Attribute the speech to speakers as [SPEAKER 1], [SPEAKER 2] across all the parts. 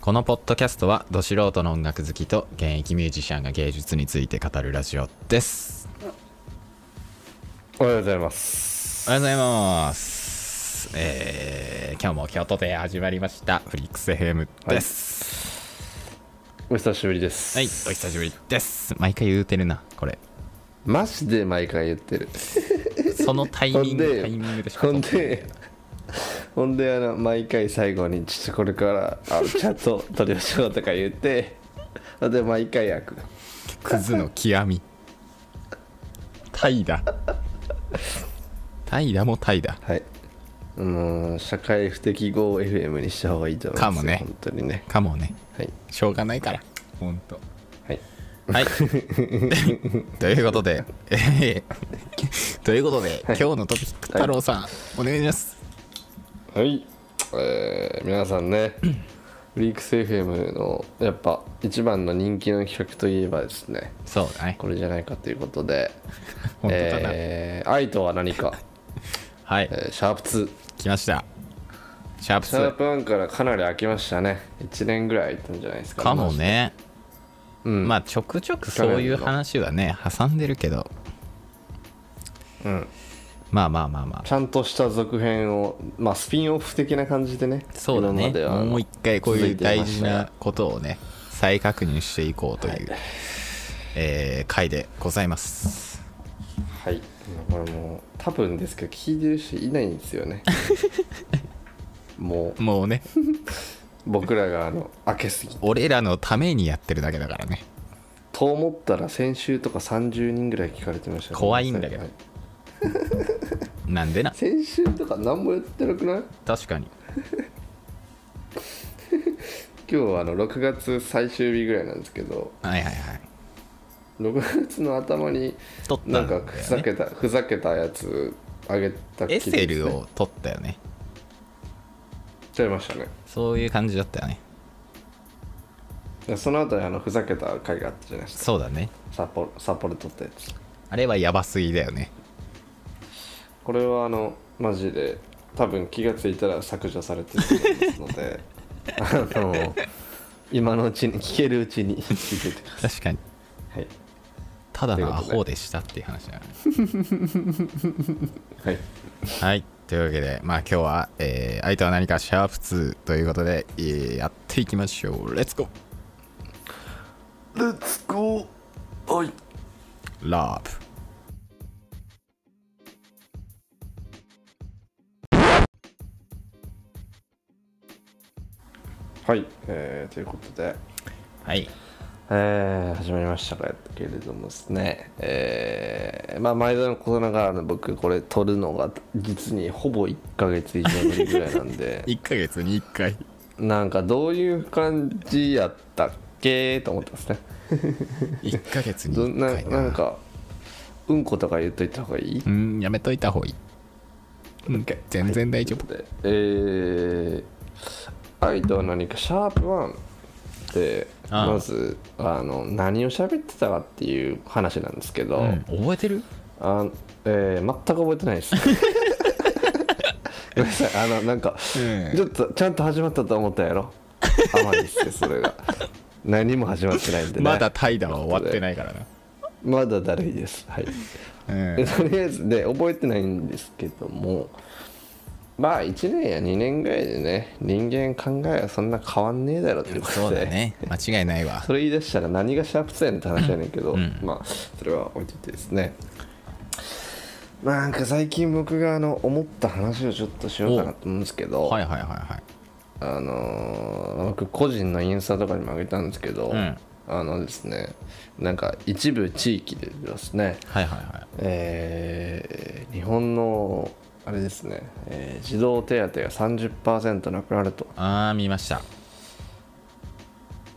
[SPEAKER 1] このポッドキャストはど素人の音楽好きと現役ミュージシャンが芸術について語るラジオです
[SPEAKER 2] おはようございます
[SPEAKER 1] おはようございますえー、今日も京都で始まりましたフリックス FM です
[SPEAKER 2] お久しぶりで
[SPEAKER 1] はい、
[SPEAKER 2] す
[SPEAKER 1] お久しぶりです毎回言うてるなこれ
[SPEAKER 2] マジで毎回言ってる
[SPEAKER 1] そのタイミン
[SPEAKER 2] ほん
[SPEAKER 1] グ
[SPEAKER 2] で
[SPEAKER 1] タイミングでしか
[SPEAKER 2] ほん でほんであの毎回最後にちょっとこれからあのちゃんと取りましょうとか言ってほんで毎回役
[SPEAKER 1] クズの極みタイだタイだもタイだ
[SPEAKER 2] はいもう社会不適合 FM にした方がいいと思います
[SPEAKER 1] かもね
[SPEAKER 2] 本当にね
[SPEAKER 1] かもね
[SPEAKER 2] はい
[SPEAKER 1] しょうがないからほんと
[SPEAKER 2] はい
[SPEAKER 1] はいということでえーということで、今日のトピック太郎さん、お願いします
[SPEAKER 2] はい、えー皆さんね、フリークス FM のやっぱ一番の人気の企画といえばですね、
[SPEAKER 1] そうだね
[SPEAKER 2] これじゃないかということで、
[SPEAKER 1] 本当だな、
[SPEAKER 2] えー愛とは何か、
[SPEAKER 1] はい
[SPEAKER 2] えーシャープ2、
[SPEAKER 1] 来ましたシャープ
[SPEAKER 2] シャー
[SPEAKER 1] 2
[SPEAKER 2] プ1からかなり空きましたね、1年ぐらい空いたんじゃないですか。
[SPEAKER 1] かも。ね
[SPEAKER 2] うん、
[SPEAKER 1] まあちょくちょくそういう話はね挟んでるけど
[SPEAKER 2] うん
[SPEAKER 1] まあまあまあまあ
[SPEAKER 2] ちゃんとした続編を、まあ、スピンオフ的な感じでね、
[SPEAKER 1] そうだ
[SPEAKER 2] 今
[SPEAKER 1] ね
[SPEAKER 2] までは
[SPEAKER 1] もう一回こういう大事
[SPEAKER 2] 続いてました
[SPEAKER 1] な
[SPEAKER 2] が
[SPEAKER 1] ことをね再確認していこうという、えー回でございます
[SPEAKER 2] はい、これもう多分ですけど、聞いてる人いないんです よね。もう
[SPEAKER 1] もうね
[SPEAKER 2] 僕らがあの開けすぎ
[SPEAKER 1] 俺らのためにやってるだけだからね
[SPEAKER 2] と思ったら先週とか30人ぐらい聞かれてましたね
[SPEAKER 1] 怖いんだけど
[SPEAKER 2] はい
[SPEAKER 1] なんでな
[SPEAKER 2] 先週とか何もやってなくない
[SPEAKER 1] 確かに
[SPEAKER 2] 今日はあの6月最終日ぐらいなんですけど
[SPEAKER 1] はいはいはい
[SPEAKER 2] 6月の頭に
[SPEAKER 1] 撮ったんだ
[SPEAKER 2] なん
[SPEAKER 1] よ、ね、
[SPEAKER 2] かふざけた、ふざけたやつあげたっきり
[SPEAKER 1] エ
[SPEAKER 2] ですね
[SPEAKER 1] セルを撮ったよね
[SPEAKER 2] ちゃいましたね
[SPEAKER 1] そういう感じだったよね
[SPEAKER 2] でその後にあのふざけた回があったじゃないですか
[SPEAKER 1] そうだね
[SPEAKER 2] 札幌札幌で撮ったやつ
[SPEAKER 1] あれはやばすぎだよね
[SPEAKER 2] これはあのマジで多分気がついたら削除されてると思いますの であの今のうちに聞けるうちに聞いててくださ
[SPEAKER 1] 確かに
[SPEAKER 2] い
[SPEAKER 1] ただのア
[SPEAKER 2] という
[SPEAKER 1] ホ
[SPEAKER 2] こ
[SPEAKER 1] でしたっていう話 だよね
[SPEAKER 2] はい、はい、
[SPEAKER 1] はい。というわけで、まあ今日は、えー、相手は何かシャープ2ということで、えーやっていきましょう。レッツゴー
[SPEAKER 2] レッツゴーはい
[SPEAKER 1] ラブ
[SPEAKER 2] はい、えーということで、
[SPEAKER 1] はい。
[SPEAKER 2] えー始まりましたかけれどもですねえーまあ毎度のことながらの僕これ撮るのが実にほぼ1ヶ月以上ぶりぐらいなん で
[SPEAKER 1] 1ヶ月に1回。
[SPEAKER 2] なんかどういう感じやったっけと思ってますね
[SPEAKER 1] 1ヶ月に
[SPEAKER 2] ど
[SPEAKER 1] 1
[SPEAKER 2] な
[SPEAKER 1] 回な。
[SPEAKER 2] なんかうんことか言っといた方がいい、
[SPEAKER 1] うん、やめといた方がいい。うん、全然大丈夫。
[SPEAKER 2] でえー、愛とは何かシャープ1って
[SPEAKER 1] ああ
[SPEAKER 2] まずあの何を喋ってたかっていう話なんですけど、
[SPEAKER 1] うん、覚えてる
[SPEAKER 2] あえー全く覚えてな いですごめんなさいあのなんか、
[SPEAKER 1] うん
[SPEAKER 2] ちょっとちゃんと始まったと思ったやろ甘いですよそれが何も始まってないんでね
[SPEAKER 1] まだ怠惰は終わってないからな。
[SPEAKER 2] まだだるいですはい
[SPEAKER 1] うん
[SPEAKER 2] で、とりあえずで覚えてないんですけどもまあ1年や2年ぐらいでね人間考えはそんな変わんねえだろっていうことで
[SPEAKER 1] そうだ ね。間違いないわ。
[SPEAKER 2] それ言い出したら何がシャープ2やねんって話やねんけど、
[SPEAKER 1] うん
[SPEAKER 2] まあそれは置いといてですねなんか最近僕があの思った話をちょっとしようかなと思うんですけど、
[SPEAKER 1] はいはいは
[SPEAKER 2] あのー僕個人のインスタとかにも上げたんですけど、
[SPEAKER 1] うん
[SPEAKER 2] あのですねなんか一部地域でですね、
[SPEAKER 1] いはい。はいはいは
[SPEAKER 2] えー日本のあれですね、えー児童手当が30%なくなると
[SPEAKER 1] い。あー、見ました。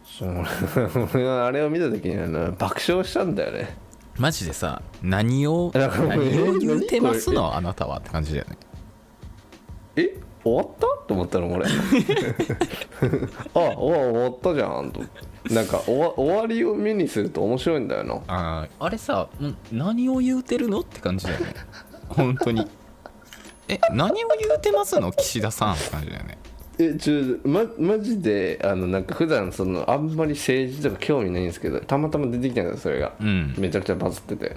[SPEAKER 2] その 俺はあれを見た時にあの爆笑したんだよね
[SPEAKER 1] マジでさ、何 を、
[SPEAKER 2] なんかもう
[SPEAKER 1] 何を言うてます
[SPEAKER 2] 何
[SPEAKER 1] のあなたはって感じだよね。
[SPEAKER 2] え終わったと思ったの 俺あ終わ終わったじゃんと思ってなんか終わ終わりを目にすると面白いんだよな
[SPEAKER 1] あーあれさん何を言うてるのって感じだよ ね本当にえ何を言うてますの岸田さんって感じだよね
[SPEAKER 2] えちょまマジであのなんか普段そのあんまり政治とか興味ないんですけどたまたま出てきたんだよそれが、
[SPEAKER 1] うん
[SPEAKER 2] めちゃくちゃバズって て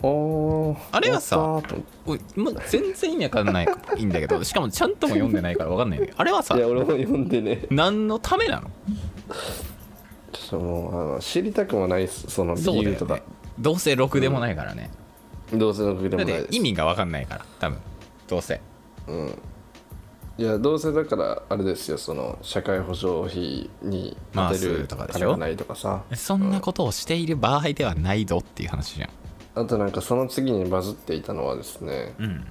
[SPEAKER 2] おー
[SPEAKER 1] あれはさ
[SPEAKER 2] 終わったーと思って
[SPEAKER 1] おいま全然意味わかん ないいいんだけどしかもちゃんとも読んでないからわかんないんだけどあれはさ
[SPEAKER 2] いや俺も読んでね
[SPEAKER 1] 何のためなの
[SPEAKER 2] ちょっともうあの知りたくもないっすその理
[SPEAKER 1] そうだ
[SPEAKER 2] 由
[SPEAKER 1] よ、
[SPEAKER 2] とか
[SPEAKER 1] ね、どうせろくでもないからね、
[SPEAKER 2] どうせの国でも
[SPEAKER 1] だ
[SPEAKER 2] な
[SPEAKER 1] って
[SPEAKER 2] いです
[SPEAKER 1] 意味がわかんないから多分どうせ
[SPEAKER 2] いやどうせだからあれですよその社会保障費に
[SPEAKER 1] まあ
[SPEAKER 2] 充て
[SPEAKER 1] そうい
[SPEAKER 2] る
[SPEAKER 1] うとかでしょ
[SPEAKER 2] 金がないとかさ
[SPEAKER 1] そんなことをしている場合ではないぞっていう話じゃん
[SPEAKER 2] あとなんかその次にバズっていたのはですね
[SPEAKER 1] うん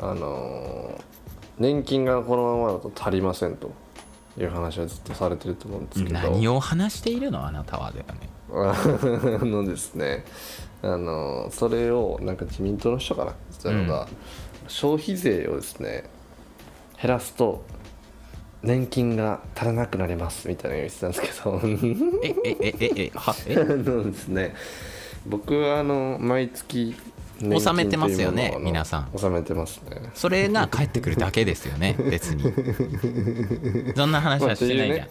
[SPEAKER 2] あのー年金がこのままだと足りませんという話はずっとされてると思うんですけど
[SPEAKER 1] 何を話しているのあなたはだよね
[SPEAKER 2] あのですねあのそれをなんか自民党の人かなそういうのが、消費税をですね減らすと年金が足らなくなりますみたいなの言ってたんですけど
[SPEAKER 1] えええええはえ
[SPEAKER 2] あのですね僕はあの毎月年金
[SPEAKER 1] 納めてますよね
[SPEAKER 2] というものを
[SPEAKER 1] 皆さん
[SPEAKER 2] 納めてますね
[SPEAKER 1] それが返ってくるだけです よね別にそんな話はしてないじゃ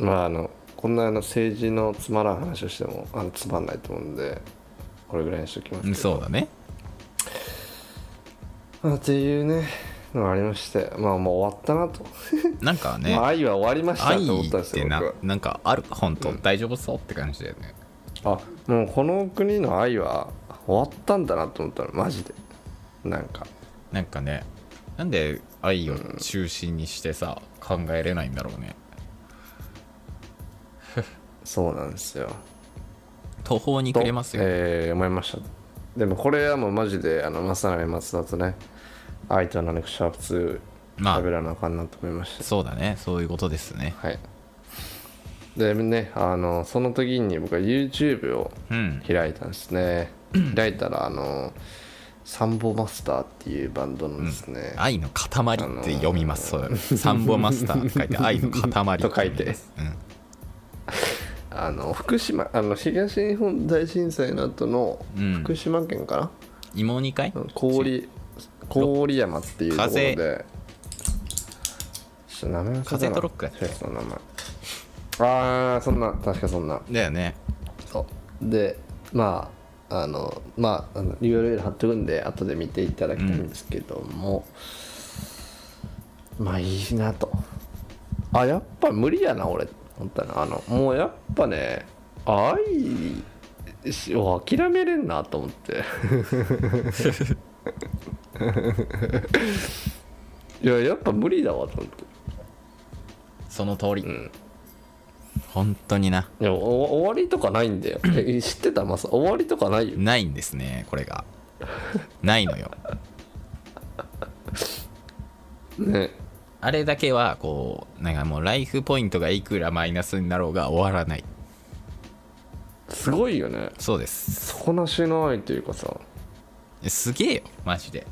[SPEAKER 1] ん、
[SPEAKER 2] まああのこんなあの政治のつまらん話をしてもあのつまんないと思うんでこれぐらいにしときますけ
[SPEAKER 1] う
[SPEAKER 2] ど
[SPEAKER 1] んそうだね
[SPEAKER 2] まあっていうねのがありましてまあもう終わったなと、
[SPEAKER 1] なんかね、
[SPEAKER 2] まあ愛は終わりましたと思
[SPEAKER 1] 愛
[SPEAKER 2] ったん
[SPEAKER 1] っ
[SPEAKER 2] です
[SPEAKER 1] て
[SPEAKER 2] よ
[SPEAKER 1] な
[SPEAKER 2] 僕は
[SPEAKER 1] なんかある本当、大丈夫そうって感じだよね
[SPEAKER 2] あもうこの国の愛は終わったんだなと思ったのマジでなんか
[SPEAKER 1] なんかねなんで愛を中心にしてさ、考えれないんだろうね
[SPEAKER 2] そうなんですよ
[SPEAKER 1] 途方に暮れますよ、
[SPEAKER 2] とえー思いましたでもこれはもうマジであの正成松田とね愛となるシャープ2
[SPEAKER 1] まあ
[SPEAKER 2] 食べらなあかんなと思いました
[SPEAKER 1] そうだねそういうことですね
[SPEAKER 2] はいでねあのその時に僕は YouTube を
[SPEAKER 1] うん
[SPEAKER 2] 開いたんですね開いたらあのサンボマスターっていうバンドのですね、
[SPEAKER 1] 愛の塊って読みます、そうサンボマスターって書いて愛の塊って読みますうん
[SPEAKER 2] あの福島あの東日本大震災の後の
[SPEAKER 1] うん
[SPEAKER 2] 福島県か
[SPEAKER 1] 芋煮会
[SPEAKER 2] な、郡郡山っていうところでちょっと名前忘れたな
[SPEAKER 1] 風とロックやった
[SPEAKER 2] そうそう名前ああそんな確かそんな
[SPEAKER 1] だよね
[SPEAKER 2] そうでまああのまああの URL 貼ってくんで後で見ていただきたいんですけども、まあいいなとあやっぱ無理やな俺思ったなあのもうやっぱね愛しを諦めれんなと思っていややっぱ無理だわと思って
[SPEAKER 1] その通り、
[SPEAKER 2] ん
[SPEAKER 1] 本当にない
[SPEAKER 2] やお終わりとかないんだよえ知ってたまさ終わりとかないよ
[SPEAKER 1] ないんですねこれがないのよ
[SPEAKER 2] ね
[SPEAKER 1] あれだけはこうなんかもうライフポイントがいくらマイナスになろうが終わらない
[SPEAKER 2] すごいよね
[SPEAKER 1] そうです
[SPEAKER 2] 底なしの愛というかさ
[SPEAKER 1] すげえよマジで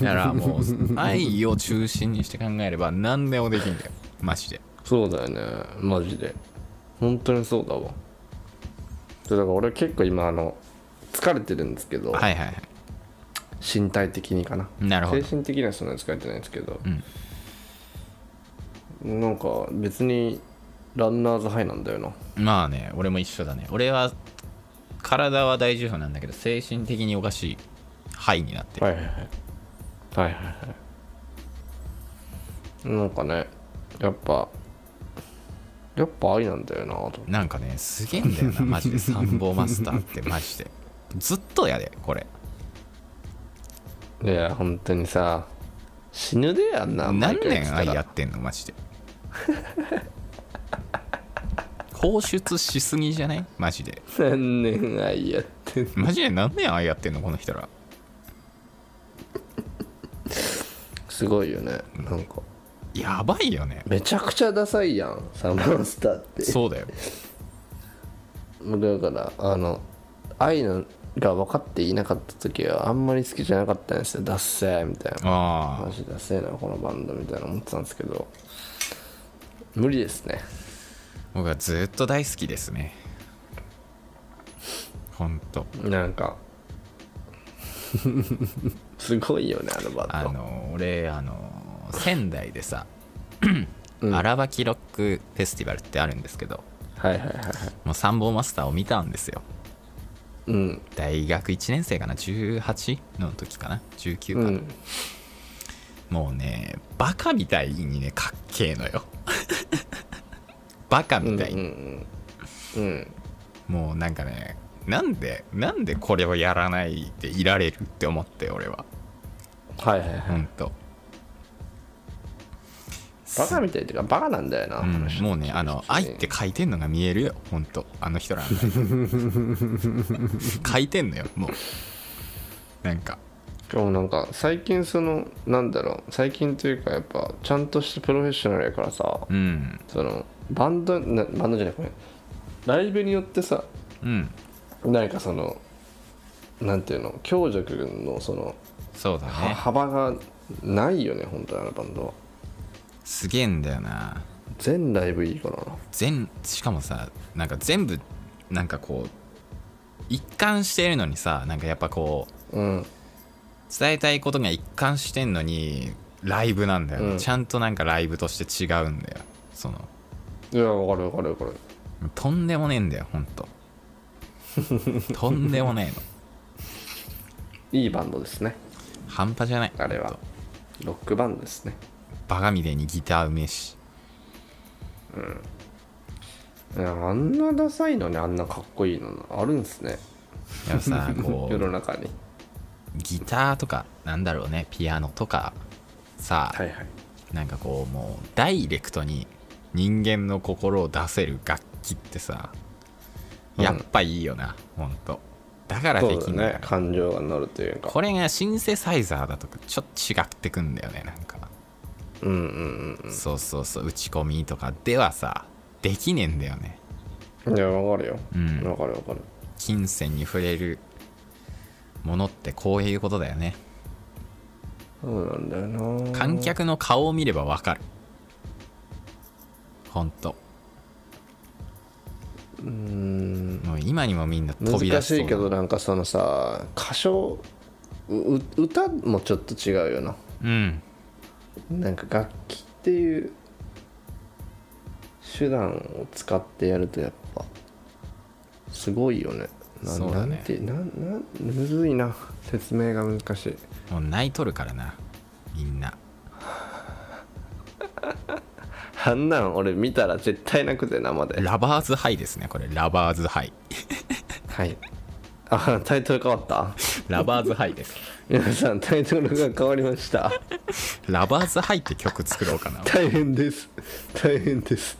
[SPEAKER 1] だからもう愛を中心にして考えれば何でもできんだよマジで
[SPEAKER 2] そうだよねマジで本当にそうだわでだから俺結構今あの疲れてるんですけど、
[SPEAKER 1] はいはいはい
[SPEAKER 2] 身体的にかな
[SPEAKER 1] なるほど
[SPEAKER 2] 精神的にはそんなに疲れてないんですけど、
[SPEAKER 1] ん
[SPEAKER 2] なんか別にランナーズハイなんだよな
[SPEAKER 1] まあね俺も一緒だね俺は体は大丈夫なんだけど精神的におかしい肺になってる、
[SPEAKER 2] はいはいはいはいはいはいなんかねやっぱやっぱ愛なんだよなと思って
[SPEAKER 1] なんかねすげえんだよなマジでサンボマスターってマジでずっとやでこれ
[SPEAKER 2] いや本当にさ死ぬでやんな
[SPEAKER 1] 何
[SPEAKER 2] 毎回言って
[SPEAKER 1] 年
[SPEAKER 2] た
[SPEAKER 1] 愛
[SPEAKER 2] ら
[SPEAKER 1] やってんのマジで放出しすぎじゃないマジで
[SPEAKER 2] 何年愛やってんの
[SPEAKER 1] マジで何年愛やってんのこの人ら
[SPEAKER 2] すごいよねなんか
[SPEAKER 1] やばいよね
[SPEAKER 2] めちゃくちゃダサいやんサマースターって
[SPEAKER 1] そうだよ
[SPEAKER 2] だからあの愛のが分かっていなかった時はあんまり好きじゃなかったんですよダッセーみたいな
[SPEAKER 1] あ
[SPEAKER 2] マジダセーなこのバンドみたいな思ってたんですけど無理ですね
[SPEAKER 1] あ僕はずっと大好きですねほんと
[SPEAKER 2] なんか すごいよねあのバ
[SPEAKER 1] あ
[SPEAKER 2] ット
[SPEAKER 1] の俺あの仙台でさ
[SPEAKER 2] うん
[SPEAKER 1] 荒キロックフェスティバルってあるんですけど
[SPEAKER 2] はいはいはいはい
[SPEAKER 1] もう参謀マスターを見たんですよ
[SPEAKER 2] うん
[SPEAKER 1] 大学1年生かな18の時かな19か
[SPEAKER 2] う
[SPEAKER 1] な、
[SPEAKER 2] ん
[SPEAKER 1] もうねバカみたいにねかっけえのよバカ
[SPEAKER 2] うん
[SPEAKER 1] みたいに、
[SPEAKER 2] うんうん
[SPEAKER 1] もうなんかねなんでなんでこれをやらないでいられるって思って俺は
[SPEAKER 2] はいはいはい
[SPEAKER 1] ほんと
[SPEAKER 2] バカみたいっていうかバカなんだよな、
[SPEAKER 1] うん
[SPEAKER 2] この人
[SPEAKER 1] もうねあの「愛」って書いてんのが見えるよほんとあの人ら なんか書いてんのよもうなんか
[SPEAKER 2] しかもなんか最近そのなんだろう最近というかやっぱちゃんとしたプロフェッショナルやからさ、
[SPEAKER 1] うん
[SPEAKER 2] そのバンドなバンドじゃないごめんライブによってさ
[SPEAKER 1] うん
[SPEAKER 2] なんかそのなんていうの強弱のその
[SPEAKER 1] そうだ
[SPEAKER 2] は
[SPEAKER 1] ね
[SPEAKER 2] 幅がないよね本当にあのバンドは
[SPEAKER 1] すげえんだよな
[SPEAKER 2] 全ライブいいからな
[SPEAKER 1] 全しかもさなんか全部なんかこう一貫してるのにさなんかやっぱこう
[SPEAKER 2] うん
[SPEAKER 1] 伝えたいことが一貫してんのにライブなんだよね、
[SPEAKER 2] うん
[SPEAKER 1] ちゃんとなんかライブとして違うんだよその
[SPEAKER 2] いやわかるわかるわかる
[SPEAKER 1] とんでもねえんだよほんととんでもねえの
[SPEAKER 2] いいバンドですね
[SPEAKER 1] 半端じゃない
[SPEAKER 2] あれは
[SPEAKER 1] ほんと
[SPEAKER 2] ロックバンドですね
[SPEAKER 1] バカみてえにギターうめえし
[SPEAKER 2] いやあんなダサいのにあんなかっこいいのあるんすね
[SPEAKER 1] やっぱ さこ
[SPEAKER 2] 世の
[SPEAKER 1] う
[SPEAKER 2] 中に
[SPEAKER 1] ギターとかなんだろうねピアノとかさ、
[SPEAKER 2] はいはい
[SPEAKER 1] なんかこうもうダイレクトに人間の心を出せる楽器ってさ
[SPEAKER 2] うん
[SPEAKER 1] やっぱいいよな、ほんとだから
[SPEAKER 2] そ
[SPEAKER 1] で
[SPEAKER 2] う
[SPEAKER 1] きんだ
[SPEAKER 2] だ
[SPEAKER 1] よ
[SPEAKER 2] ね感情が乗るというか
[SPEAKER 1] これがシンセサイザーだとちょっと違ってくんだよねなんか、
[SPEAKER 2] うんうん
[SPEAKER 1] そうそうそう打ち込みとかではさできねえんだよね
[SPEAKER 2] うんいやわかるよ
[SPEAKER 1] うん
[SPEAKER 2] わかるわかる
[SPEAKER 1] 金銭に触れるものってこういうことだよね
[SPEAKER 2] そうなんだよな
[SPEAKER 1] 観客の顔を見ればわかるほんと
[SPEAKER 2] うーん
[SPEAKER 1] もう今にもみんな飛び出
[SPEAKER 2] 難
[SPEAKER 1] し
[SPEAKER 2] し
[SPEAKER 1] そうない
[SPEAKER 2] けどなんかそのさ歌唱うう歌もちょっと違うよな
[SPEAKER 1] うん
[SPEAKER 2] なんか楽器っていう手段を使ってやるとやっぱすごいよねな
[SPEAKER 1] そうだね
[SPEAKER 2] なんてなんなんむずいな説明が難しい
[SPEAKER 1] もう泣いとるからなみんな
[SPEAKER 2] あんなん俺見たら絶対泣くぜ生で
[SPEAKER 1] ラバーズハイですねこれラバーズハイ
[SPEAKER 2] はいあタイトル変わった
[SPEAKER 1] ラバーズハイです
[SPEAKER 2] 皆さんタイトルが変わりました
[SPEAKER 1] ラバーズハイって曲作ろうかな
[SPEAKER 2] 大変です大変です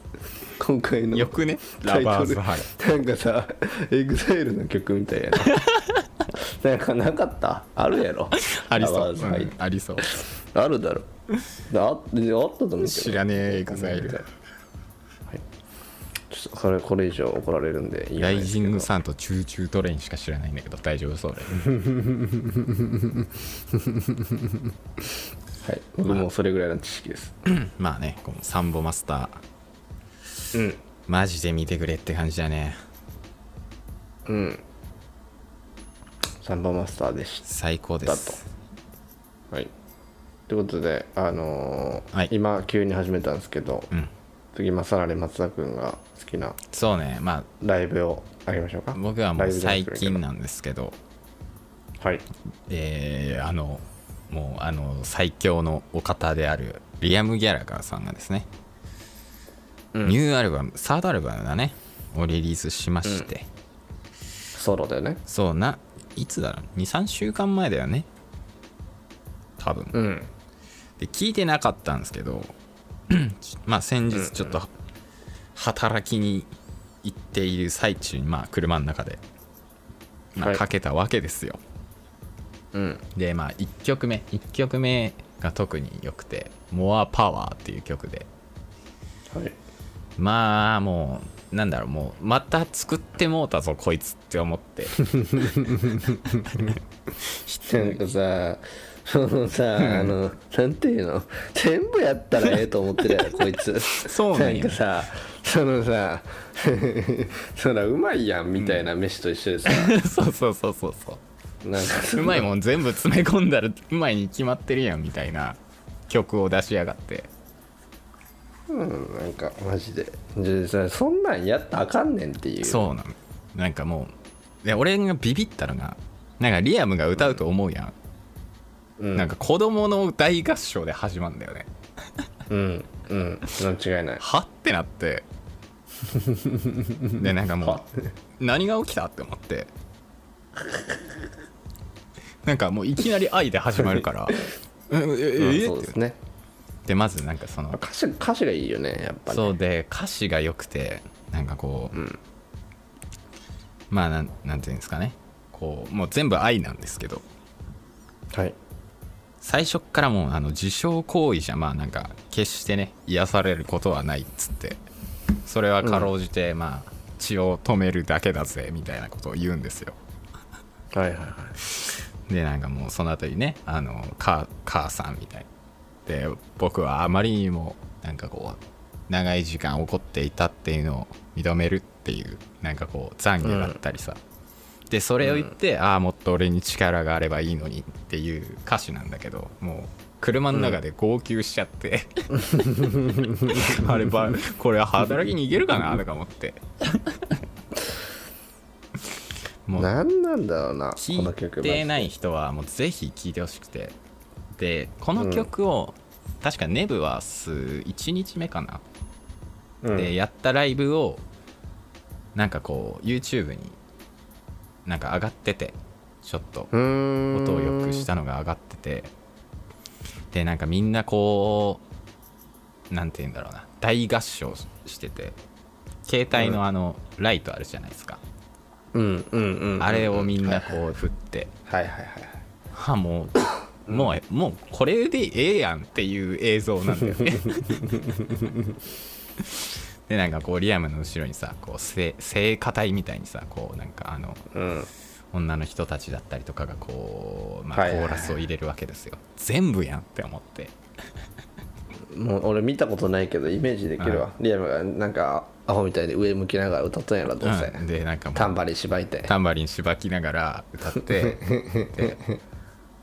[SPEAKER 2] 今回の
[SPEAKER 1] よくねラ
[SPEAKER 2] タイト
[SPEAKER 1] バー
[SPEAKER 2] ル
[SPEAKER 1] ズハイ
[SPEAKER 2] なんかさエグザイルの曲みたいや ななんかなかったあるやろ
[SPEAKER 1] あり
[SPEAKER 2] ラ
[SPEAKER 1] そ
[SPEAKER 2] バ
[SPEAKER 1] う、
[SPEAKER 2] ーズハイ
[SPEAKER 1] うんありそう
[SPEAKER 2] あるだろだああったと思うけど
[SPEAKER 1] 知らねえエグザイル
[SPEAKER 2] はいちょっとそれこれ以上怒られるんで言わ
[SPEAKER 1] ラ
[SPEAKER 2] ないで
[SPEAKER 1] イ
[SPEAKER 2] す
[SPEAKER 1] ジ
[SPEAKER 2] けど
[SPEAKER 1] ングサンとチューチュートレインしか知らないんだけど大丈夫そうだよ
[SPEAKER 2] はい僕もうそれぐらいの知識です
[SPEAKER 1] まあねこのサンボマスター
[SPEAKER 2] うん
[SPEAKER 1] マジで見てくれって感じだね
[SPEAKER 2] うんサンバマスターでし
[SPEAKER 1] 最高で
[SPEAKER 2] たと
[SPEAKER 1] す
[SPEAKER 2] はいということであのー
[SPEAKER 1] はい
[SPEAKER 2] 今急に始めたんですけど、
[SPEAKER 1] うん
[SPEAKER 2] 次まさられ松田君が好きな
[SPEAKER 1] そうねま
[SPEAKER 2] ライブをあげましょうか
[SPEAKER 1] あ僕はも
[SPEAKER 2] ラ
[SPEAKER 1] う
[SPEAKER 2] イブじゃな
[SPEAKER 1] 最
[SPEAKER 2] くてもいいけど
[SPEAKER 1] 近なんですけど
[SPEAKER 2] はい
[SPEAKER 1] えーあのもうあの最強のお方であるリアム・ギャラガーさんがですね、
[SPEAKER 2] うん
[SPEAKER 1] ニューアルバムサードアルバムだねをリリースしまして、
[SPEAKER 2] ソロでね
[SPEAKER 1] そうないつだろう23週間前だよね多分、
[SPEAKER 2] うん
[SPEAKER 1] で聞いてなかったんですけど まあ先日ちょっと働きに行っている最中にまあ車の中で、ま
[SPEAKER 2] は
[SPEAKER 1] あ、
[SPEAKER 2] い
[SPEAKER 1] かけたわけですよ、
[SPEAKER 2] うん
[SPEAKER 1] でまあ1曲目1曲目が特に良くて「More Power」っていう曲で
[SPEAKER 2] はい
[SPEAKER 1] まあもうなんだろうもうまた作ってもうたぞこいつって思って
[SPEAKER 2] なんかさそのさあのなんていうの全部やったらええと思ってるや ろこいつ
[SPEAKER 1] そうなん
[SPEAKER 2] ん
[SPEAKER 1] や
[SPEAKER 2] かさそのさ そらうまいやんみたいな飯と一緒でさ、
[SPEAKER 1] そうそうそうそうそう
[SPEAKER 2] なんか
[SPEAKER 1] うまいもん全部詰め込んだらうまいに決まってるやんみたいな曲を出しやがって
[SPEAKER 2] うんなんかマジででそれそんなんやったらあかんねんっていう
[SPEAKER 1] そうなのなんかもうで俺がビビったのがなんかリアムが歌うと思うやん、
[SPEAKER 2] う、うん、
[SPEAKER 1] なんか子供の大合唱で始まるんだよね
[SPEAKER 2] うんうん間違いない
[SPEAKER 1] はってなってでなんかもう何が起きたって思ってなんかもういきなり愛で始まる からうんえ
[SPEAKER 2] うん
[SPEAKER 1] ええ
[SPEAKER 2] そうですね
[SPEAKER 1] でまずなんかその
[SPEAKER 2] 歌詞歌詞がいいよねやっぱり、ね、
[SPEAKER 1] そうで歌詞が良くてなんかこう、まあなんなんていうんですかねこうもう全部愛なんですけど
[SPEAKER 2] はい
[SPEAKER 1] 最初っからもうあの自傷行為じゃまあなんか決してね癒されることはないっつってそれはかろうじてまあ血を止めるだけだぜみたいなことを言うんですよ
[SPEAKER 2] はいはいはい
[SPEAKER 1] でなんかもうその後にねあのか母さんみたいで僕はあまりにもなんかこう長い時間怒っていたっていうのを認めるっていうなんかこう懺悔だったりさ、でそれを言って、ああもっと俺に力があればいいのにっていう歌詞なんだけどもう車の中で号泣しちゃって、あればこれは働きに行けるかなとか思ってもう
[SPEAKER 2] 何なんだろうなこの
[SPEAKER 1] 聞
[SPEAKER 2] 曲
[SPEAKER 1] いてない人はもうぜひ聴いてほしくてでこの曲を、確かネブはす1日目かな、
[SPEAKER 2] うん
[SPEAKER 1] でやったライブをなんかこう YouTube になんか上がっててちょっと
[SPEAKER 2] うーん
[SPEAKER 1] 音を良くしたのが上がっててでなんかみんなこうなんて言うんだろうな大合唱ししてて携帯のあのライトあるじゃないですか、
[SPEAKER 2] うんうんうんうん
[SPEAKER 1] あれをみんな
[SPEAKER 2] はい
[SPEAKER 1] こう振って
[SPEAKER 2] はいはいはいはい
[SPEAKER 1] はもうもうもうこれでええやんっていう映像なんだよ ねでなんかこうリアムの後ろにさこう聖聖歌隊みたいにさこうなんかあの
[SPEAKER 2] うん
[SPEAKER 1] 女の人たちだったりとかがこう、ま
[SPEAKER 2] は
[SPEAKER 1] あ、
[SPEAKER 2] い
[SPEAKER 1] コ
[SPEAKER 2] はいは
[SPEAKER 1] ー
[SPEAKER 2] い
[SPEAKER 1] ラスを入れるわけですよ、全部やんって思って
[SPEAKER 2] もう俺見たことないけどイメージできるわ、リアムがなんかアホみたいで上向きながら歌ったんやろどうせ、
[SPEAKER 1] うんでなんかもう
[SPEAKER 2] タンバリンしばいて
[SPEAKER 1] タンバリンしばきながら歌 ってで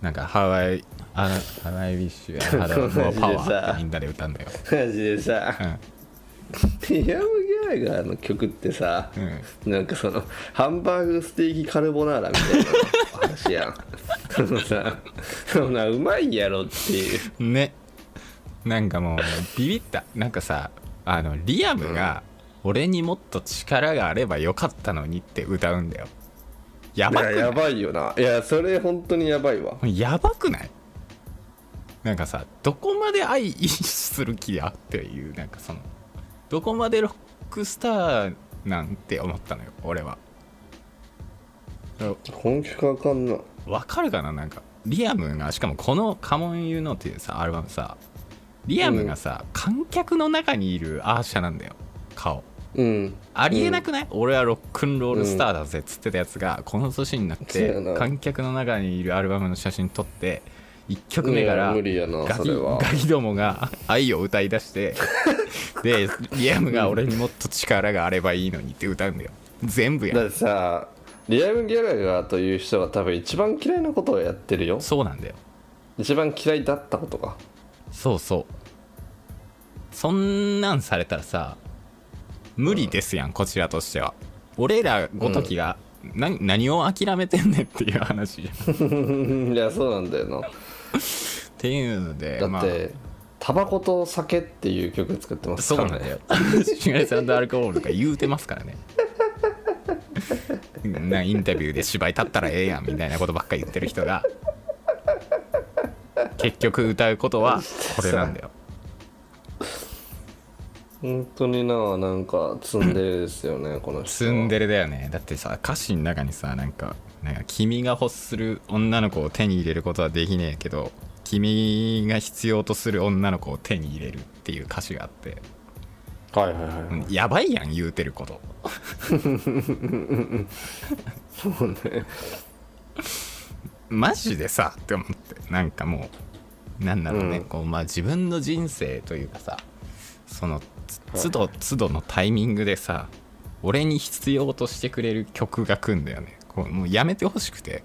[SPEAKER 1] なんかハワイあハワイウィッシュやハローパワーってみんなで歌うんだよ、
[SPEAKER 2] マジでさリアム・ギャラガーの曲ってさ、なんかそのハンバーグステーキカルボナーラみたいな話やんそのさそんなうまいやろっていう
[SPEAKER 1] うん、ねなんかもうビビったなんかさあのリアムが「俺にもっと力があればよかったのに」って歌うんだよや
[SPEAKER 2] い
[SPEAKER 1] ばく
[SPEAKER 2] や
[SPEAKER 1] ない
[SPEAKER 2] やばいよないやそれ本当にやばいわ
[SPEAKER 1] やばくないなんかさどこまで愛意識する気やっていうなんかそのどこまでロックスターなんて思ったのよ俺は
[SPEAKER 2] 本気かあかんな
[SPEAKER 1] わかるかななんかリアムがしかもこの「カモン・ユー・ノー」っていうさアルバムさリアムがさ、観客の中にいるアーシャなんだよ顔
[SPEAKER 2] うん
[SPEAKER 1] ありえなくない、俺はロックンロールスターだぜっつってたやつが、この年になっ
[SPEAKER 2] そうや
[SPEAKER 1] て
[SPEAKER 2] な
[SPEAKER 1] 観客の中にいるアルバムの写真撮って1曲目から
[SPEAKER 2] いや無理やな
[SPEAKER 1] ガ
[SPEAKER 2] そ
[SPEAKER 1] キ
[SPEAKER 2] れは
[SPEAKER 1] ガキどもが愛を歌い出して でリアムが俺にもっと力があればいいのにって歌うんだよ全部や
[SPEAKER 2] だっ
[SPEAKER 1] ん
[SPEAKER 2] てさリアム・ギャラガーという人が多分一番嫌いなことをやってるよ
[SPEAKER 1] そうなんだよ
[SPEAKER 2] 一番嫌いだったことが
[SPEAKER 1] そうそうそんなんされたらさ無理ですやん、こちらとしては俺らごときが、な何を諦めてんねんっていう話 じゃんっ
[SPEAKER 2] うんいやそうなんだよな
[SPEAKER 1] ていうので
[SPEAKER 2] だ
[SPEAKER 1] ま
[SPEAKER 2] っ
[SPEAKER 1] あ
[SPEAKER 2] て「タバコと酒」っていう曲作ってます
[SPEAKER 1] そう
[SPEAKER 2] か
[SPEAKER 1] なん
[SPEAKER 2] ら
[SPEAKER 1] だ
[SPEAKER 2] ね
[SPEAKER 1] よ。シュガレスアルコールとか言うてます からね。なインタビューで芝居立ったらええやんみたいなことばっかり言ってる人が結局歌うことはこれなんだよ。
[SPEAKER 2] 本当にななんかツンデレですよねこの人
[SPEAKER 1] ツンデレだよね。だってさ歌詞の中にさなんか「なんか君が欲する女の子を手に入れることはできねえけど君が必要とする女の子を手に入れる」っていう歌詞があって、
[SPEAKER 2] レはいはいはい、
[SPEAKER 1] うんやばいやん言うてること。
[SPEAKER 2] そうね
[SPEAKER 1] マジでさって思ってなんかもうなんだろうね、
[SPEAKER 2] うん
[SPEAKER 1] こうまあ自分の人生というかさそのつ都度都度のタイミングでさ俺に必要としてくれる曲が来んだよねこうもうやめてほしくて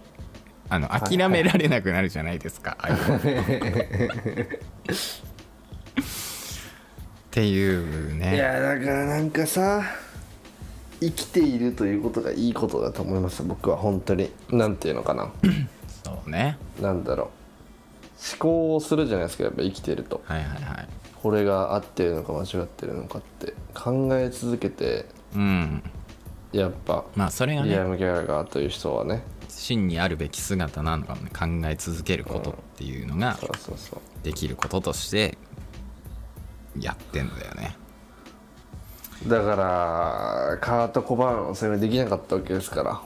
[SPEAKER 1] あの諦められなくなるじゃないですか、ああ いうのっていう
[SPEAKER 2] い
[SPEAKER 1] ね
[SPEAKER 2] やだからなんかさ生きているということがいいことだと思います僕は本当になんていうのかな
[SPEAKER 1] そうね
[SPEAKER 2] なんだろう思考をするじゃないですかやっぱ生きてると
[SPEAKER 1] はいはいはい
[SPEAKER 2] これが合ってるのか間違ってるのかって考え続けて
[SPEAKER 1] うん
[SPEAKER 2] やっぱ
[SPEAKER 1] まあそれが
[SPEAKER 2] リア
[SPEAKER 1] ね
[SPEAKER 2] ム・ギャラガーという人はね
[SPEAKER 1] 真にあるべき姿なのかもね考え続けることっていうのが
[SPEAKER 2] そうそうそう
[SPEAKER 1] できることとしてやってんだよね
[SPEAKER 2] だからカート・コバーンはそれができなかったわけですから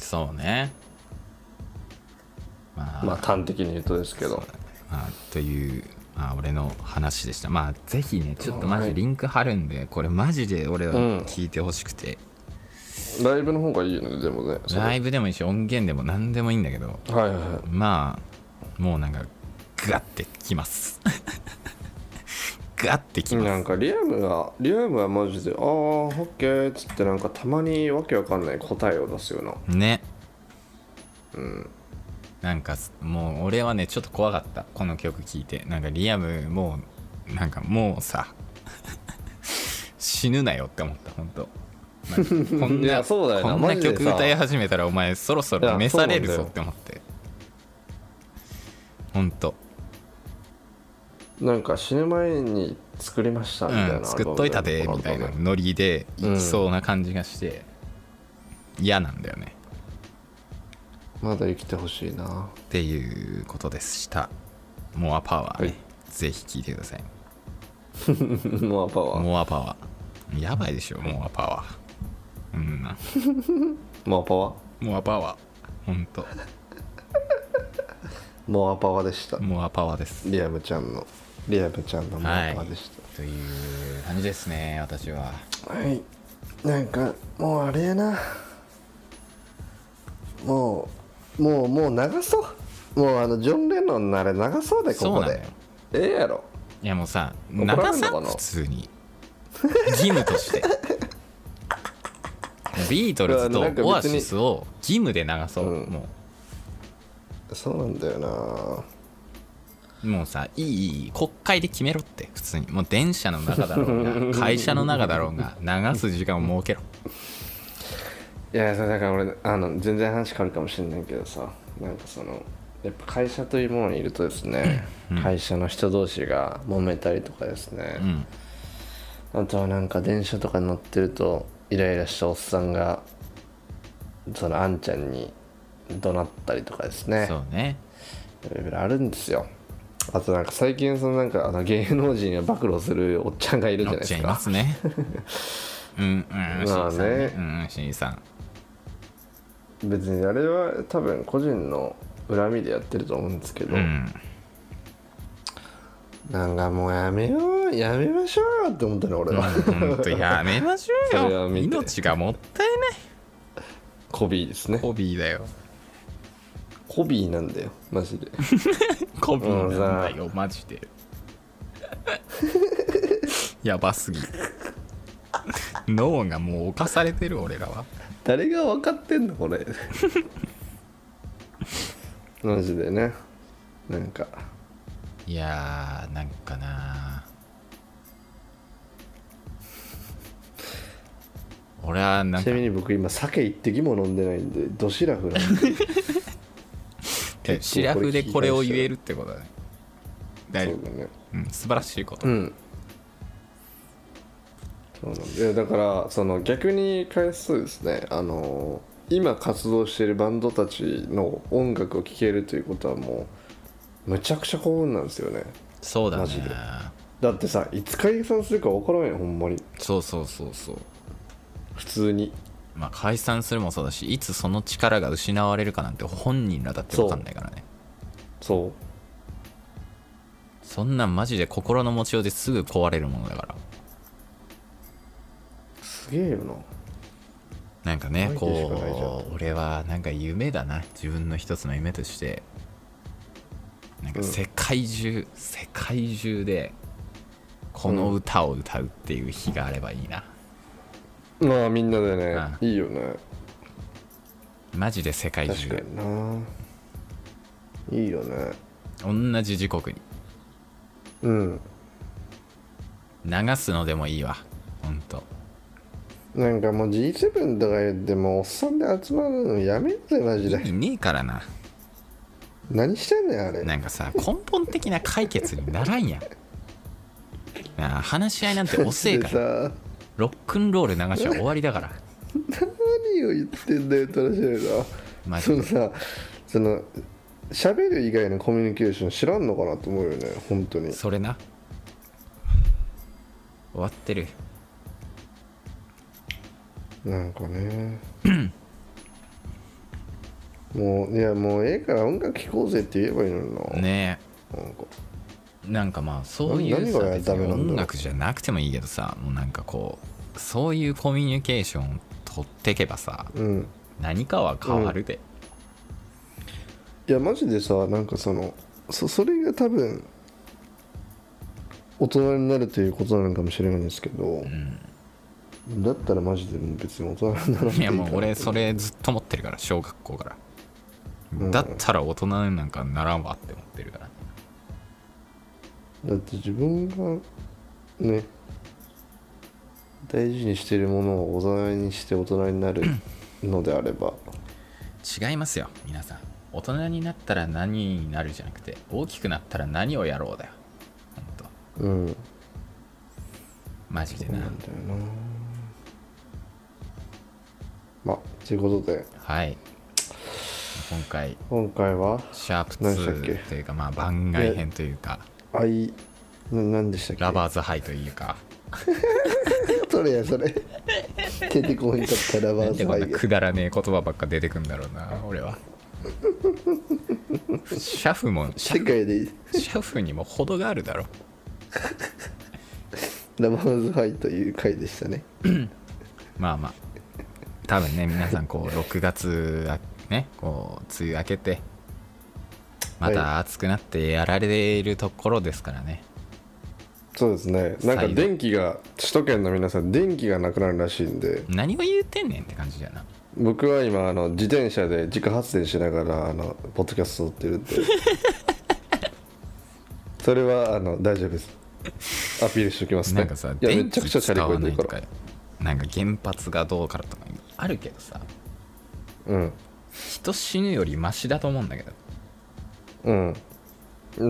[SPEAKER 1] そうねまあ、
[SPEAKER 2] まあ端的に言うとですけど
[SPEAKER 1] まあ、という、まあ、俺の話でしたまあぜひねちょっとマ
[SPEAKER 2] は
[SPEAKER 1] ジ
[SPEAKER 2] い
[SPEAKER 1] リンク貼るんでこれマジで俺は
[SPEAKER 2] うん
[SPEAKER 1] 聞いてほしくて、
[SPEAKER 2] ライブの方がいいよねでもねそれ
[SPEAKER 1] ライブでもいいし音源でも何でもいいんだけど
[SPEAKER 2] はいはいはい
[SPEAKER 1] まあもうなんかガッてきます ガッてきます
[SPEAKER 2] なんかリアムがリアムはマジで「ああオッケー」っつってなんかたまにわけわかんない答えを出すよな
[SPEAKER 1] ねうんなんかすもう俺はねちょっと怖かったこの曲聴いてなんかリアムもうなんかもうさ死ぬなよって思った本当なんかこん
[SPEAKER 2] い
[SPEAKER 1] な
[SPEAKER 2] やそうだよな
[SPEAKER 1] こんな
[SPEAKER 2] マジで
[SPEAKER 1] 曲
[SPEAKER 2] さ
[SPEAKER 1] 歌い始めたらお前そろそ
[SPEAKER 2] い
[SPEAKER 1] ろ
[SPEAKER 2] や
[SPEAKER 1] 召される
[SPEAKER 2] そう
[SPEAKER 1] ぞ
[SPEAKER 2] なん
[SPEAKER 1] っ
[SPEAKER 2] だ
[SPEAKER 1] て思って本当
[SPEAKER 2] なんか死ぬ前に作りましたみたいな、
[SPEAKER 1] うん作っといたでみたいなノリでいきそうな感じがして、嫌なんだよね
[SPEAKER 2] まだ生きてほしいな
[SPEAKER 1] っていうことでした。モアパワー、ね
[SPEAKER 2] はい
[SPEAKER 1] ぜひ聴いてください。
[SPEAKER 2] モアパワー
[SPEAKER 1] モアパワー。やばいでしょ、モアパワー。うんな。
[SPEAKER 2] モアパワー
[SPEAKER 1] モアパワー。ほんと。
[SPEAKER 2] モアパワーでした
[SPEAKER 1] モアパワーです。
[SPEAKER 2] リアムちゃんのリアムちゃんのモア
[SPEAKER 1] は
[SPEAKER 2] パワ
[SPEAKER 1] い
[SPEAKER 2] ーでした、。
[SPEAKER 1] という感じですね、私は。
[SPEAKER 2] はい、なんかもうあれやなもうもうもう流そうもうあのジョン・レノンのあれ流そうでこ
[SPEAKER 1] そう
[SPEAKER 2] こ
[SPEAKER 1] なんだ
[SPEAKER 2] で
[SPEAKER 1] よ
[SPEAKER 2] ええやろ
[SPEAKER 1] いやもうさ、
[SPEAKER 2] 怒
[SPEAKER 1] 流
[SPEAKER 2] られんのか
[SPEAKER 1] さ
[SPEAKER 2] なん
[SPEAKER 1] 普通に。義務と して。ビートルズ
[SPEAKER 2] いや
[SPEAKER 1] と
[SPEAKER 2] なんか別に
[SPEAKER 1] オアシスを義務で流そう。
[SPEAKER 2] うん
[SPEAKER 1] も
[SPEAKER 2] そうなんだよな
[SPEAKER 1] うもうさ、いいいい、国会で決めろって、普通に。もう電車の中だろう が、会社の中だろうが、流す時間を設けろ。
[SPEAKER 2] いやそうだから俺あの全然話変わるかもしれないけどさなんかそのやっぱ会社というものにいるとですね、会社の人同士が揉めたりとかですね
[SPEAKER 1] う、ん。
[SPEAKER 2] あとはなんか電車とか乗ってるとイライラしたおっさんがそのあんちゃんに怒鳴ったりとかです ね
[SPEAKER 1] そうね。
[SPEAKER 2] いろいろあるんですよあとなんか最近そのなんかあの芸能人が暴露するおっちゃんがいるじゃ
[SPEAKER 1] 乗
[SPEAKER 2] ない
[SPEAKER 1] っ
[SPEAKER 2] で
[SPEAKER 1] ちゃ
[SPEAKER 2] す
[SPEAKER 1] い
[SPEAKER 2] か
[SPEAKER 1] ます ね。うんうん、
[SPEAKER 2] まあ
[SPEAKER 1] C
[SPEAKER 2] ね
[SPEAKER 1] さんね。うんうん、C さん。
[SPEAKER 2] 別にあれは多分個人の恨みでやってると思うんですけど、
[SPEAKER 1] うん。
[SPEAKER 2] なんかもうやめようやめましょうよって思ったの俺は、
[SPEAKER 1] ほんとやめましょ
[SPEAKER 2] そうれは
[SPEAKER 1] よ。
[SPEAKER 2] 見て
[SPEAKER 1] 命がもったいない。
[SPEAKER 2] コビーですね
[SPEAKER 1] コビーだよ。
[SPEAKER 2] コビーなんだよマジで
[SPEAKER 1] コビーなんだよ、マジで。 やばすぎ。脳がもう侵されてる俺らは。
[SPEAKER 2] 誰が分かってんのこれ マジでねなんか
[SPEAKER 1] いやー、なんかな俺はなん
[SPEAKER 2] ち
[SPEAKER 1] か
[SPEAKER 2] なみに僕今酒一滴も飲んでないんでどシラフなんで
[SPEAKER 1] えシラフでこれを言えるってことだね。大
[SPEAKER 2] そ
[SPEAKER 1] 丈
[SPEAKER 2] う
[SPEAKER 1] 夫
[SPEAKER 2] だね
[SPEAKER 1] うん、素晴らしいこと
[SPEAKER 2] う。んそうなんだいやだからその逆に返すとですねあの今活動しているバンドたちの音楽を聴けるということはもうむちゃくちゃ幸運なんですよね
[SPEAKER 1] そうだ
[SPEAKER 2] マジで
[SPEAKER 1] ね。
[SPEAKER 2] だってさいつ解散するか分からんよほんまに
[SPEAKER 1] そうそうそうそう。
[SPEAKER 2] 普通に
[SPEAKER 1] まあ解散するもそうだし、いつその力が失われるかなんて本人らだって分かんないからね。
[SPEAKER 2] そう
[SPEAKER 1] そんなんマジで心の持ちようですぐ壊れるものだから。
[SPEAKER 2] すげえよな
[SPEAKER 1] なんかね、
[SPEAKER 2] マジでしかないじゃん
[SPEAKER 1] こう、俺はなんか夢だな。自分の一つの夢として。なんか世界中、世界中で、この歌を歌うっていう日があればいいな。
[SPEAKER 2] まあみんなでね
[SPEAKER 1] ああ
[SPEAKER 2] いいよね
[SPEAKER 1] マジで世界中
[SPEAKER 2] 確か
[SPEAKER 1] で。
[SPEAKER 2] にないいよね
[SPEAKER 1] 同じ時刻に
[SPEAKER 2] うん
[SPEAKER 1] 流すのでもいいわほんと
[SPEAKER 2] なんかもう G7 とか言ってもうおっさんで集まるのやめようぜマジ
[SPEAKER 1] 意
[SPEAKER 2] で
[SPEAKER 1] 味ねえからな
[SPEAKER 2] 何してんねんあれ
[SPEAKER 1] なんかさ根本的な解決にならんやんなあ話し合いなんて遅え
[SPEAKER 2] で
[SPEAKER 1] から
[SPEAKER 2] さ
[SPEAKER 1] ロックンロール流しは終わりだから
[SPEAKER 2] 何を言ってんだよって話だよ
[SPEAKER 1] マ
[SPEAKER 2] な
[SPEAKER 1] ジ
[SPEAKER 2] そ
[SPEAKER 1] で
[SPEAKER 2] のさその喋る以外のコミュニケーション知らんのかなと思うよね本当に
[SPEAKER 1] それな終わってる
[SPEAKER 2] なんか ねもういやもうええから音楽聴こうぜって言えばいいのにな,、
[SPEAKER 1] ね
[SPEAKER 2] なんか
[SPEAKER 1] えなんかまあそういう
[SPEAKER 2] 何
[SPEAKER 1] さ
[SPEAKER 2] が
[SPEAKER 1] 別
[SPEAKER 2] ダメ
[SPEAKER 1] に
[SPEAKER 2] なんだろう
[SPEAKER 1] 音楽じゃなくてもいいけどさもうなんかこうそういうコミュニケーション取ってけばさ
[SPEAKER 2] うん
[SPEAKER 1] 何かは変わるで、
[SPEAKER 2] いやマジでさなんかそのそそれが多分大人になるということなのかもしれないんですけど、だったらマジでもう別に大人にならなくてい
[SPEAKER 1] いや もう俺
[SPEAKER 2] そ
[SPEAKER 1] それずっと持ってるから小学校から、
[SPEAKER 2] うん
[SPEAKER 1] だったら大人になんかならんわって思ってるから
[SPEAKER 2] だって自分がね大事にしてるものを大人にして大人になるのであれば
[SPEAKER 1] 違いますよ皆さん大人になったら何になるじゃなくて大きくなったら何をやろうだよほんと
[SPEAKER 2] うん
[SPEAKER 1] マジで
[SPEAKER 2] そう
[SPEAKER 1] な
[SPEAKER 2] なんだよなまあということで
[SPEAKER 1] はい今回
[SPEAKER 2] 今回は
[SPEAKER 1] シャープ
[SPEAKER 2] 何でしたっけ
[SPEAKER 1] 2というかまあ番外編というか
[SPEAKER 2] あいな何でしたっけ
[SPEAKER 1] ラバーズハイというか
[SPEAKER 2] それやそれ出てこへんかったラバ
[SPEAKER 1] なん
[SPEAKER 2] ー
[SPEAKER 1] で
[SPEAKER 2] ズ
[SPEAKER 1] こ
[SPEAKER 2] ハ
[SPEAKER 1] んな
[SPEAKER 2] イヤ
[SPEAKER 1] くだらねえ言葉ばっか出てくんだろうな俺 はシャフもシ
[SPEAKER 2] 世
[SPEAKER 1] ャ
[SPEAKER 2] 界で
[SPEAKER 1] シャフにも程があるだろ
[SPEAKER 2] ラバーズハイという回でしたね
[SPEAKER 1] まあまあ多分ね皆さんこう6月あねこう梅雨明けてまた暑くなってやられているところですからね、
[SPEAKER 2] そうですねなんか
[SPEAKER 1] 最後
[SPEAKER 2] 電気が首都圏の皆さん電気がなくなるらしいんで
[SPEAKER 1] 何を言うてんねんって感じだな
[SPEAKER 2] 僕は今あの自転車で自家発電しながらあのポッドキャストを撮ってる んでそれはあの大丈夫ですアピールしておきますね
[SPEAKER 1] なんかさ
[SPEAKER 2] いやめ
[SPEAKER 1] 電
[SPEAKER 2] ちゃく
[SPEAKER 1] 気
[SPEAKER 2] ちゃチ
[SPEAKER 1] 使
[SPEAKER 2] ャリこ
[SPEAKER 1] わ
[SPEAKER 2] いて
[SPEAKER 1] ない
[SPEAKER 2] るか
[SPEAKER 1] と
[SPEAKER 2] ら
[SPEAKER 1] かなんか原発がどうからとかあるけどさ
[SPEAKER 2] うん
[SPEAKER 1] 人死ぬよりマシだと思うんだけど
[SPEAKER 2] うん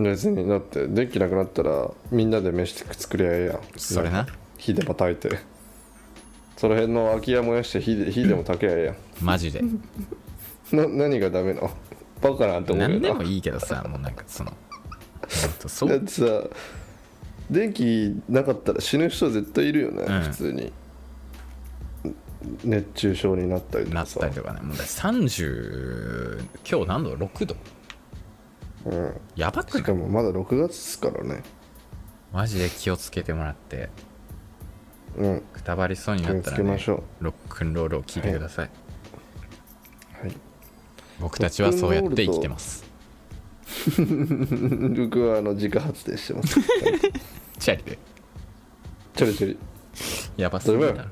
[SPEAKER 2] 別にだって電気なくなったらみんなで飯作りゃええやん
[SPEAKER 1] それ
[SPEAKER 2] ん
[SPEAKER 1] な
[SPEAKER 2] か火でも炊いてその辺の空き家燃やして火で火でも炊けやえ
[SPEAKER 1] マジで
[SPEAKER 2] えやんな何がダメなのバカなんて思うよ
[SPEAKER 1] 何で
[SPEAKER 2] な
[SPEAKER 1] もいいけどさもうなんかそのほんとそ
[SPEAKER 2] だっ
[SPEAKER 1] う
[SPEAKER 2] てさ電気なかったら死ぬ人絶対いるよね、
[SPEAKER 1] うん
[SPEAKER 2] 普通に熱中症になったりと
[SPEAKER 1] な
[SPEAKER 2] か
[SPEAKER 1] っ
[SPEAKER 2] さ
[SPEAKER 1] たりとかねもうだって30今日何度6度
[SPEAKER 2] うん、
[SPEAKER 1] やばく
[SPEAKER 2] し
[SPEAKER 1] ない
[SPEAKER 2] かもまだ6月ですからね
[SPEAKER 1] マジで気をつけてもらって
[SPEAKER 2] うん
[SPEAKER 1] くたばりそうになったら、
[SPEAKER 2] 気をつけま
[SPEAKER 1] ね、
[SPEAKER 2] しょ
[SPEAKER 1] ロックンロールを聞いてください、
[SPEAKER 2] はい
[SPEAKER 1] 僕たちはそうやって生きてます
[SPEAKER 2] 僕はあの自家発電してます
[SPEAKER 1] チャリで
[SPEAKER 2] ちょりちょり
[SPEAKER 1] やばすぎる
[SPEAKER 2] どうい
[SPEAKER 1] な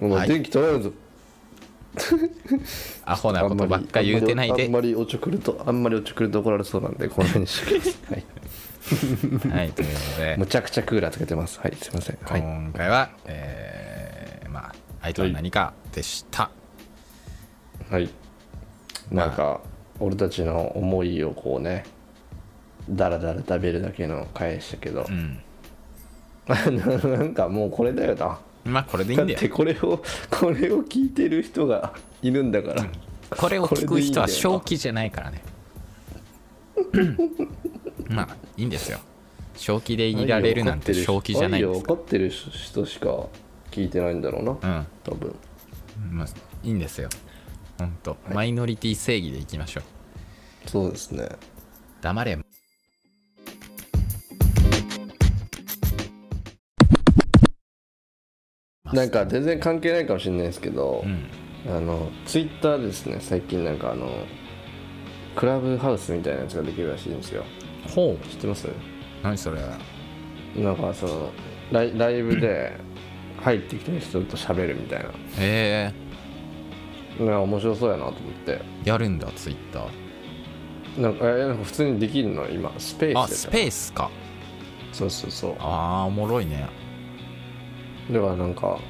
[SPEAKER 2] もう
[SPEAKER 1] はい
[SPEAKER 2] 電気取られるぞ、
[SPEAKER 1] アホな
[SPEAKER 2] あ
[SPEAKER 1] こ
[SPEAKER 2] ん
[SPEAKER 1] とばっか言うてない
[SPEAKER 2] あん
[SPEAKER 1] で
[SPEAKER 2] まりおちょくるとあんまりおちょくると怒られそうなんでこの辺にしてください、はい、
[SPEAKER 1] はいということで
[SPEAKER 2] むちゃくちゃクーラーつけてますはいすいませんはい
[SPEAKER 1] 今回は、えーまあ相手は何かでした、
[SPEAKER 2] はいなんか俺たちの思いをこうねだらだら食べるだけの回でしたけど、
[SPEAKER 1] うん
[SPEAKER 2] あの なんかもうこれだよな
[SPEAKER 1] まあこれでいいんだ
[SPEAKER 2] だって
[SPEAKER 1] よ
[SPEAKER 2] これをこれを聞いてる人がいるんだから、
[SPEAKER 1] これを聞
[SPEAKER 2] こ
[SPEAKER 1] く
[SPEAKER 2] れでいいんだ
[SPEAKER 1] 人
[SPEAKER 2] よ
[SPEAKER 1] は
[SPEAKER 2] な
[SPEAKER 1] 正気じゃないからねまあいいんですよ正気でいられるなんて正気じゃないんです
[SPEAKER 2] 分かってる人しか聞いてないんだろうな、
[SPEAKER 1] うん
[SPEAKER 2] 多分
[SPEAKER 1] まあ、いいんですよ本当、マイノリティ正義でいきましょう
[SPEAKER 2] そうですね
[SPEAKER 1] 黙れ
[SPEAKER 2] なんか全然関係ないかもしれないですけど、
[SPEAKER 1] うん
[SPEAKER 2] あのツイッターですね最近なんかあのクラブハウスみたいなやつができるらしいんですよ
[SPEAKER 1] ほ
[SPEAKER 2] 知ってます
[SPEAKER 1] う何それ
[SPEAKER 2] なんかそのライライブで入ってきた人と喋るみたいな
[SPEAKER 1] え
[SPEAKER 2] なんか面白そうやなと思って
[SPEAKER 1] ー、やるんだツイッター
[SPEAKER 2] なんかえなんか普通にできるの今スペー
[SPEAKER 1] あ
[SPEAKER 2] ス
[SPEAKER 1] ス
[SPEAKER 2] で
[SPEAKER 1] ペースか
[SPEAKER 2] そうそうそう
[SPEAKER 1] ああおもろいね
[SPEAKER 2] だからなんか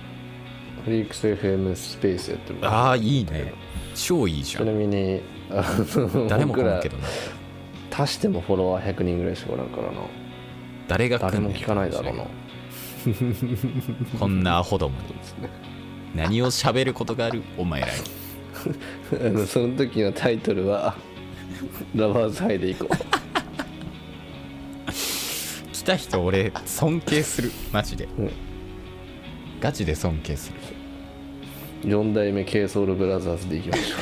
[SPEAKER 2] フリークス FM スペースやってます
[SPEAKER 1] ああいいね超いいじゃ
[SPEAKER 2] ちなんみにあの
[SPEAKER 1] 誰も来
[SPEAKER 2] 僕
[SPEAKER 1] ない
[SPEAKER 2] ら
[SPEAKER 1] けどな
[SPEAKER 2] 足してもフォロワー100人ぐらいしかおらんからな
[SPEAKER 1] 誰が来
[SPEAKER 2] 誰
[SPEAKER 1] んね
[SPEAKER 2] も
[SPEAKER 1] ん
[SPEAKER 2] 聞かないだろうな
[SPEAKER 1] こんなアホどもに
[SPEAKER 2] ですね
[SPEAKER 1] 何を喋ることがあるお前らに
[SPEAKER 2] あのその時のタイトルは 「ラバーズハイでいこう」
[SPEAKER 1] 来た人俺尊敬するマジで
[SPEAKER 2] うん
[SPEAKER 1] ガチで尊敬する
[SPEAKER 2] 4代目 k ソ o u l b r o t h e でいきましょ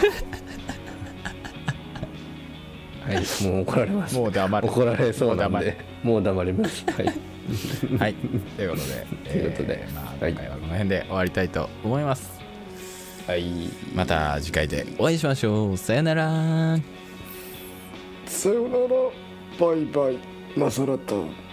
[SPEAKER 2] うはいもう怒られます
[SPEAKER 1] もう黙る
[SPEAKER 2] 怒られそうなん
[SPEAKER 1] もう黙
[SPEAKER 2] で
[SPEAKER 1] る
[SPEAKER 2] もう黙りますはい
[SPEAKER 1] はいということで
[SPEAKER 2] ということで
[SPEAKER 1] えーまあ、
[SPEAKER 2] はい
[SPEAKER 1] 今回はこの辺で終わりたいと思います
[SPEAKER 2] はい
[SPEAKER 1] また次回でお会いしましょうさよなら
[SPEAKER 2] さよならバイバイマサラタ